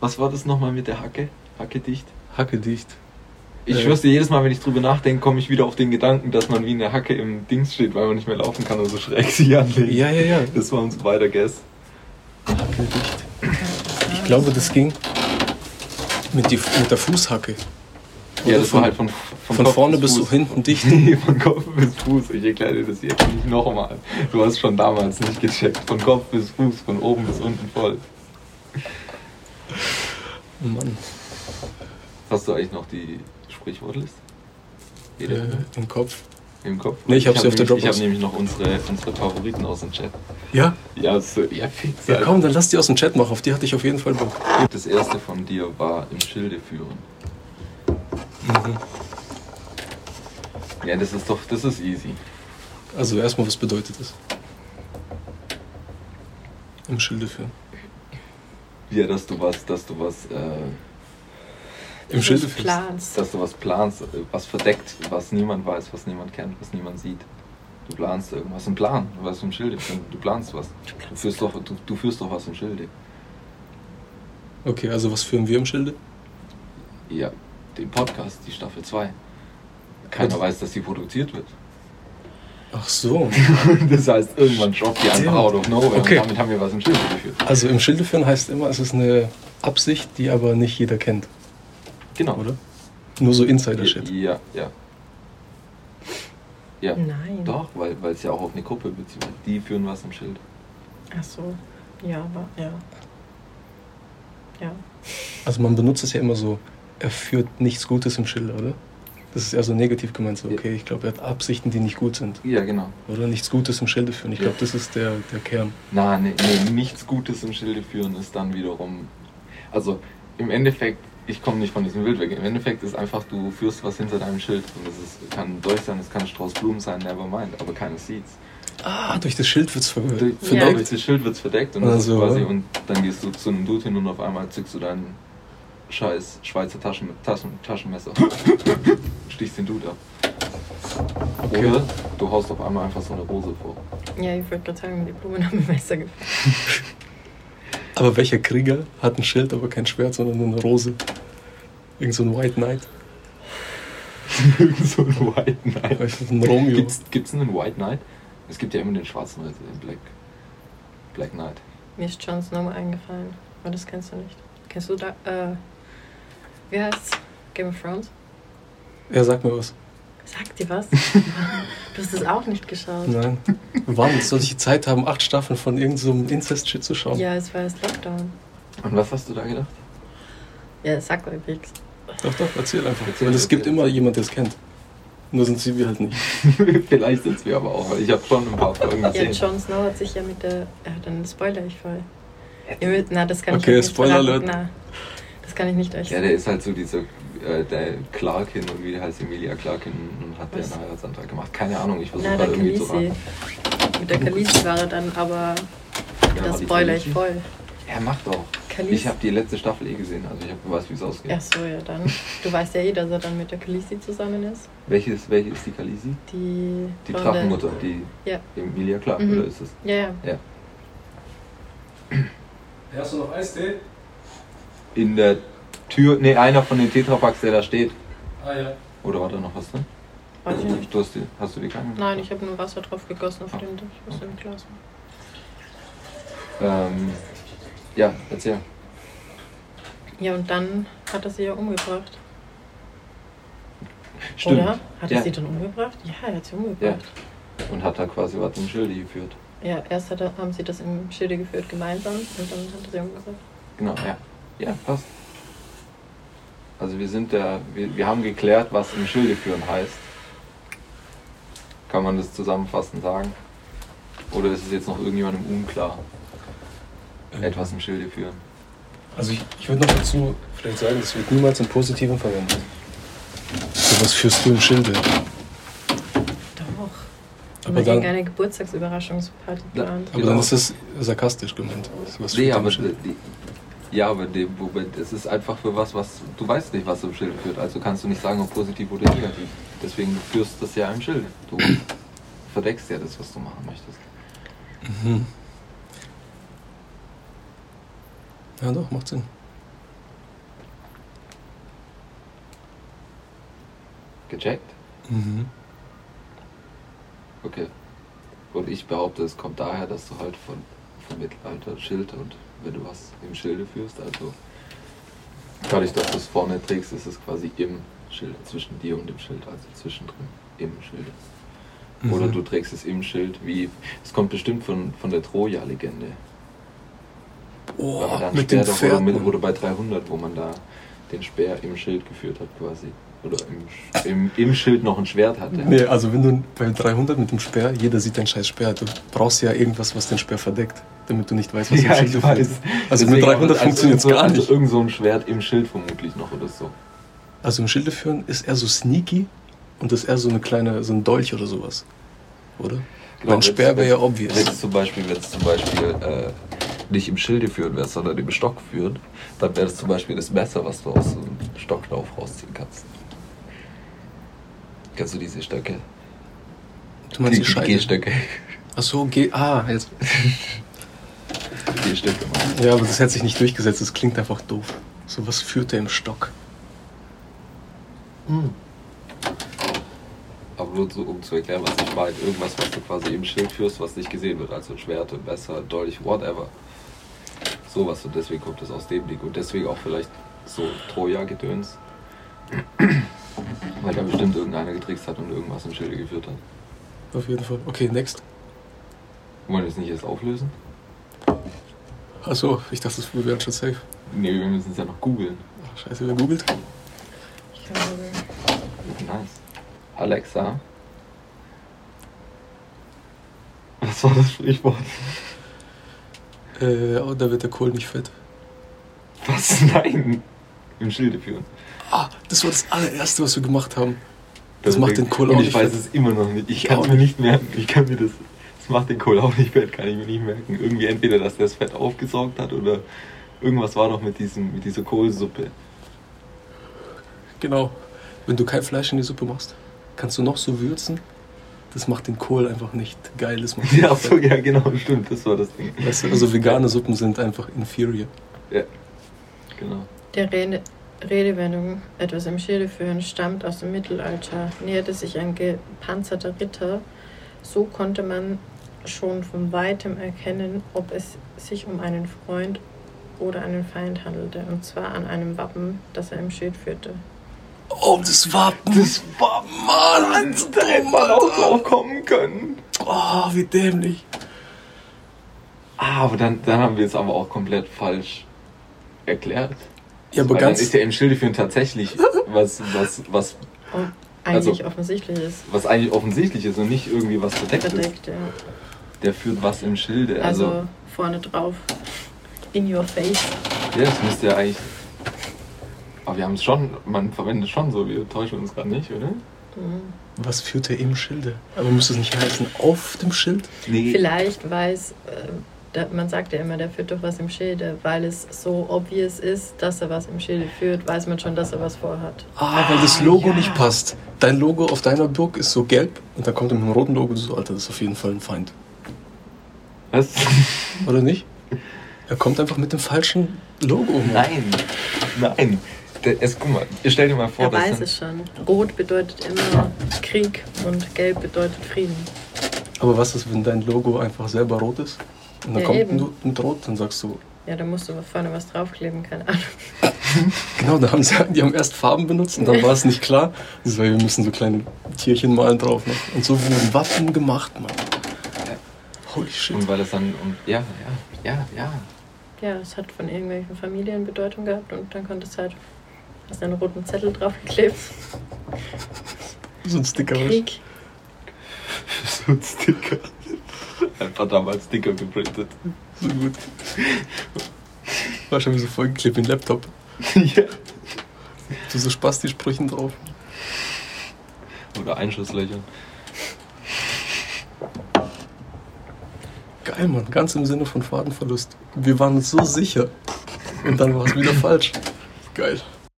Was war das nochmal mit der Hacke? Hacke dicht? Hacke dicht. Ich Ja. schwör's dir, jedes Mal, wenn ich drüber nachdenke, komme ich wieder auf den Gedanken, dass man wie eine Hacke im Dings steht, weil man nicht mehr laufen kann und so schräg sich anlegt. Ja, ja, ja. Das war unser weiter Guess. Hacke dicht. Ich glaube, das ging mit, die, mit der Fußhacke. Ja, Oder das von- war halt von, Von, vorne bis Fuß. so hinten dicht. Nee, von Kopf bis Fuß. Ich erkläre dir das jetzt nicht nochmal. Du hast schon damals nicht gecheckt. Von Kopf bis Fuß, von oben bis unten voll. Mann. Hast du eigentlich noch die Sprichwortliste? Jeder ne? Äh, Im Kopf. im Kopf? Nee, ich hab sie auf der nämlich- Ich Dropbox. habe nämlich noch unsere, unsere Favoriten aus dem Chat. Ja? Ja, so, ja, fix. Ja, komm, dann lass die aus dem Chat machen. Auf die hatte ich auf jeden Fall Bock. Das erste von dir war im Schilde führen. Ja, das ist doch, das ist easy. Also erstmal, was bedeutet das? Im Schilde führen. Ja, dass du was, dass du was, äh, Im Schilde führen. Plans. dass du was planst, äh, was verdeckt, was niemand weiß, was niemand kennt, was niemand sieht. Du planst irgendwas, ein Plan, was im Schilde, führen. du planst was. Du führst doch, du, du führst doch was im Schilde. Okay, also was führen wir im Schilde? Ja, den Podcast, die Staffel 2. Keiner Und- weiß, dass die produziert wird. Ach so. das heißt, irgendwann droppt die einfach Stimmt. out of nowhere Okay. und damit haben wir was im Schilde geführt. Also im Schilde führen heißt immer, es ist eine Absicht, die aber nicht jeder kennt, Genau. oder? Nur so Ja, Insider-Shit. ja, ja. Ja, Nein. doch, weil weil es ja auch auf eine Gruppe bezieht. Die führen was im Schild. Ach so. Ja, aber, ja. Ja. Also man benutzt es ja immer so, er führt nichts Gutes im Schilde, oder? Das ist eher so negativ gemeint, so Ja. okay, ich glaube, er hat Absichten, die nicht gut sind. Ja, genau. Oder nichts Gutes im Schilde führen. Ich Ja. glaube, das ist der, der Kern. Na, nee, nee, nichts Gutes im Schilde führen ist dann wiederum. Also im Endeffekt, ich komme nicht von diesem Bild weg. Im Endeffekt ist einfach, du führst was hinter deinem Schild. Und das ist, kann ein Dolch sein, es kann ein Strauß Blumen sein, never mind, aber keiner sieht's. Ah, durch das Schild wird es Durch- verdeckt. Genau, durch das Schild wird's verdeckt und, das ist Also, quasi, ja. und dann gehst du zu einem Dude hin und auf einmal zückst du deinen scheiß Schweizer Taschen, Taschen, Taschenmesser. Stichst den Dude ab. Okay. Oder du haust auf einmal einfach so eine Rose vor. Ja, ich wollte gerade sagen, die Blumen haben mir besser gefallen. Aber welcher Krieger hat ein Schild, aber kein Schwert, sondern nur eine Rose? Irgend so ein White Knight. Irgend so ein White Knight. Weißt du, ein Romeo. Gibt's, gibt's einen White Knight? Es gibt ja immer den schwarzen Ritter, den Black, Black Knight. Mir ist Johns Name eingefallen. Aber das kennst du nicht. Kennst du da, äh, wie heißt's? Game of Thrones? Ja, sag mir was. Sag dir was. du hast es auch nicht geschaut. Nein. Wann soll ich die Zeit haben, acht Staffeln von irgendeinem so einem Incest-Shit zu schauen? Ja, es war das Lockdown. Und was hast du da gedacht? Ja, sag mal nichts. Doch, doch, erzähl einfach. Erzähl, Weil es erzähl. gibt immer jemand, der es kennt. Nur sind sie wir halt nicht. Vielleicht sind's wir aber auch, weil ich habe schon ein paar Folgen Ja, gesehen. Jon Snow hat sich ja mit der. Ja, dann spoiler ich voll. Ihr müsst, na, das kann Okay, ich euch nicht Spoiler verraten. Alert. Na, das kann ich nicht euch Ja, der ist halt so dieser äh, der Clarkin und wie der heißt Emilia Clarkin und hat der Was? einen Heiratsantrag gemacht. Keine Ahnung, ich versuche Na, der gerade irgendwie zu Khaleesi. raten. Mit der Khaleesi war er dann, aber Ja, war das die spoiler ich Khaleesi? voll. Er macht auch. Khaleesi. Ich habe die letzte Staffel eh gesehen, also ich habe gewusst, wie es ausgeht. Ach so, ja, dann. Du weißt ja eh, dass er dann mit der Khaleesi zusammen ist. Welches, welche ist die Kalisi? Die. Die Blonde. Drachenmutter, die Ja. Emilia Clark, Mhm. oder ist es? Ja, ja. Ja. Hast du noch Eistee? In der Tür, nee, einer von den Tetrapacks, der da steht. Ah ja. Oder war da noch was drin? Also, Weiß ich nicht. Du hast, die, hast du die keine? Nein, ich habe nur Wasser drauf gegossen auf dem Tisch aus dem Glas. Ähm, ja, erzähl. Ja, und dann hat er sie ja umgebracht. Stimmt. Oder? Hat er Ja. sie dann umgebracht? Ja, er hat sie umgebracht. Und hat da quasi was im Schilde geführt. Ja, erst hat er, haben sie das im Schilde geführt gemeinsam und dann hat er sie umgebracht. Genau, ja. Ja, passt. Also wir sind da, wir, wir haben geklärt, was im Schilde führen heißt. Kann man das zusammenfassend sagen? Oder ist es jetzt noch irgendjemandem unklar, Ähm, etwas im Schilde führen? Also ich, ich würde noch dazu vielleicht sagen, das wird niemals im Positiven verwendet. So was führst du im Schilde? Doch. Aber man dann- hat eine Geburtstagsüberraschungsparty Ja. geplant. Aber dann Genau. ist das sarkastisch gemeint. So was Nee, führt aber im Schilde. die, ja, aber dem Moment, es ist einfach für was, was du weißt nicht, was im Schilde führt. Also kannst du nicht sagen, ob positiv oder negativ. Deswegen führst du das ja im Schilde. Du verdeckst ja das, was du machen möchtest. Ja doch, macht Sinn. Gecheckt? Mhm. Okay. Und ich behaupte, es kommt daher, dass du halt von, vom Mittelalter Schild und wenn du was im Schilde führst, also dadurch, dass du es vorne trägst, ist es quasi im Schild, zwischen dir und dem Schild, also zwischendrin im Schild. Mhm. Oder du trägst es im Schild, wie. Es kommt bestimmt von, von der Troja-Legende. Weil Oh, man da einen mit dem doch- oder, Pferd. mit, oder bei 300, wo man da den Speer im Schild geführt hat, quasi. Oder im, Sch- im, im Schild noch ein Schwert hatte. Nee, also wenn du bei 300 mit dem Speer, jeder sieht deinen scheiß Speer. Du brauchst ja irgendwas, was den Speer verdeckt, damit du nicht weißt, was im Schild du findest. Also mit Deswegen, 300 also funktioniert's irgend so- gar nicht. Also irgend so ein Schwert im Schild vermutlich noch oder so. Also im Schilde führen ist eher so sneaky und ist eher so eine kleine, so ein Dolch oder sowas. Oder? Weil ein wenn's- Speer wäre ja wenn's- obvious. Wenn es zum Beispiel, wenn's zum Beispiel äh, nicht im Schilde führen wärst, sondern im Stock führen, dann wäre das zum Beispiel das Messer, was du aus so einem Stocklauf rausziehen kannst. Kennst du diese Stöcke? Du meinst die, die Scheide. Gehstöcke. Achso, G. Ah, jetzt. Gehstöcke. meinst Ja, aber das hat sich nicht durchgesetzt, das klingt einfach doof. So was führt er im Stock. du? Hm. Aber nur so, um zu erklären, was ich meine. Irgendwas, was du quasi im Schild führst, was nicht gesehen wird. Also ein Schwert, ein Messer, ein Dolch, whatever. Sowas und deswegen kommt das aus dem Ding. Und deswegen auch vielleicht so Troja-Gedöns. Weil da bestimmt irgendeiner getrickst hat und irgendwas im Schilde geführt hat. Auf jeden Fall. Okay, next. Wollen wir das nicht jetzt auflösen? Achso, ich dachte, das wäre schon safe. Nee, wir müssen es ja noch googeln. Ach, scheiße, wer googelt? Ich glaube, Nice. Alexa. Was war das Sprichwort? Äh, oh, da wird der Kohl nicht fett. Was? Nein! Im Schilde führen. Ah, das war das allererste, was wir gemacht haben. Das macht den Kohl Und auch ich nicht weiß fett. es immer noch nicht. Ich kann Auch es mir nicht merken. Ich kann mir das. Das macht den Kohl auch nicht fett, kann ich mir nicht merken. Irgendwie entweder, dass der das Fett aufgesaugt hat oder irgendwas war doch mit, diesem, mit dieser Kohlsuppe. Genau. Wenn du kein Fleisch in die Suppe machst, kannst du noch so würzen. Das macht den Kohl einfach nicht geil. Das macht Ja, ihn so, fett. ja, genau, stimmt, das war das Ding. Weißt du, also vegane Suppen sind einfach inferior. Genau. Der Rede Redewendung etwas im Schilde führen stammt aus dem Mittelalter, näherte sich ein gepanzerter Ritter. So konnte man schon von weitem erkennen, ob es sich um einen Freund oder einen Feind handelte, und zwar an einem Wappen, das er im Schild führte. Oh, das war... Das war Mann, Da hätte man auch drauf kommen können. Oh, wie dämlich. Ah, aber dann, dann haben wir es aber auch komplett falsch erklärt. Ja, aber Weil ganz... dann ist ja im Schilde führen tatsächlich was, was, was, Und Also- eigentlich offensichtlich ist was eigentlich offensichtlich ist und nicht irgendwie was verdeckt ist. verdeckt, ja. Der führt was im Schilde. also, Also, vorne drauf, in your face. ja, das müsste ja eigentlich. Aber wir haben es schon, man verwendet es schon so, wir täuschen uns gerade nicht, oder? Mhm. Was führt er im Schilde? Aber muss das nicht heißen, auf dem Schild? Nee. Vielleicht weiß, äh, da, man sagt ja immer, der führt doch was im Schilde, weil es so obvious ist, dass er was im Schilde führt, weiß man schon, dass er was vorhat. Ah, weil das Logo nicht passt. Dein Logo auf deiner Burg ist so gelb und dann kommt er mit einem roten Logo und du so, Alter, das ist auf jeden Fall ein Feind. Was? Oder nicht? Er kommt einfach mit dem falschen Logo. Mann. Nein. Nein. Der, es, guck mal, stell dir mal vor, er dass weiß dann- es schon. Rot bedeutet immer Krieg und Gelb bedeutet Frieden. Aber was ist, wenn dein Logo einfach selber rot ist? Und dann Ja, kommt eben. du mit rot, dann sagst du, Ja, da musst du vorne was draufkleben, keine Ahnung. genau, da haben sie, die haben erst Farben benutzt und dann war es nicht klar. Das war, wir müssen so kleine Tierchen malen drauf. Ne? Und so wurden Waffen gemacht, Mann. Holy shit. Und weil es dann. Und, ja, ja, ja, ja. Ja, es hat von irgendwelchen Familien Bedeutung gehabt und dann konntest du halt, hast einen roten Zettel draufgeklebt. So ein Sticker. Krieg. So ein Sticker. Einfach damals Sticker geprintet. So gut. War schon wie so vollgeklebt in den Laptop. ja. So, so Spaß, die Sprüchen drauf. Oder Einschusslöcher. Geil, Mann. Ganz im Sinne von Fadenverlust. Wir waren uns so sicher. Und dann war es wieder falsch. Geil.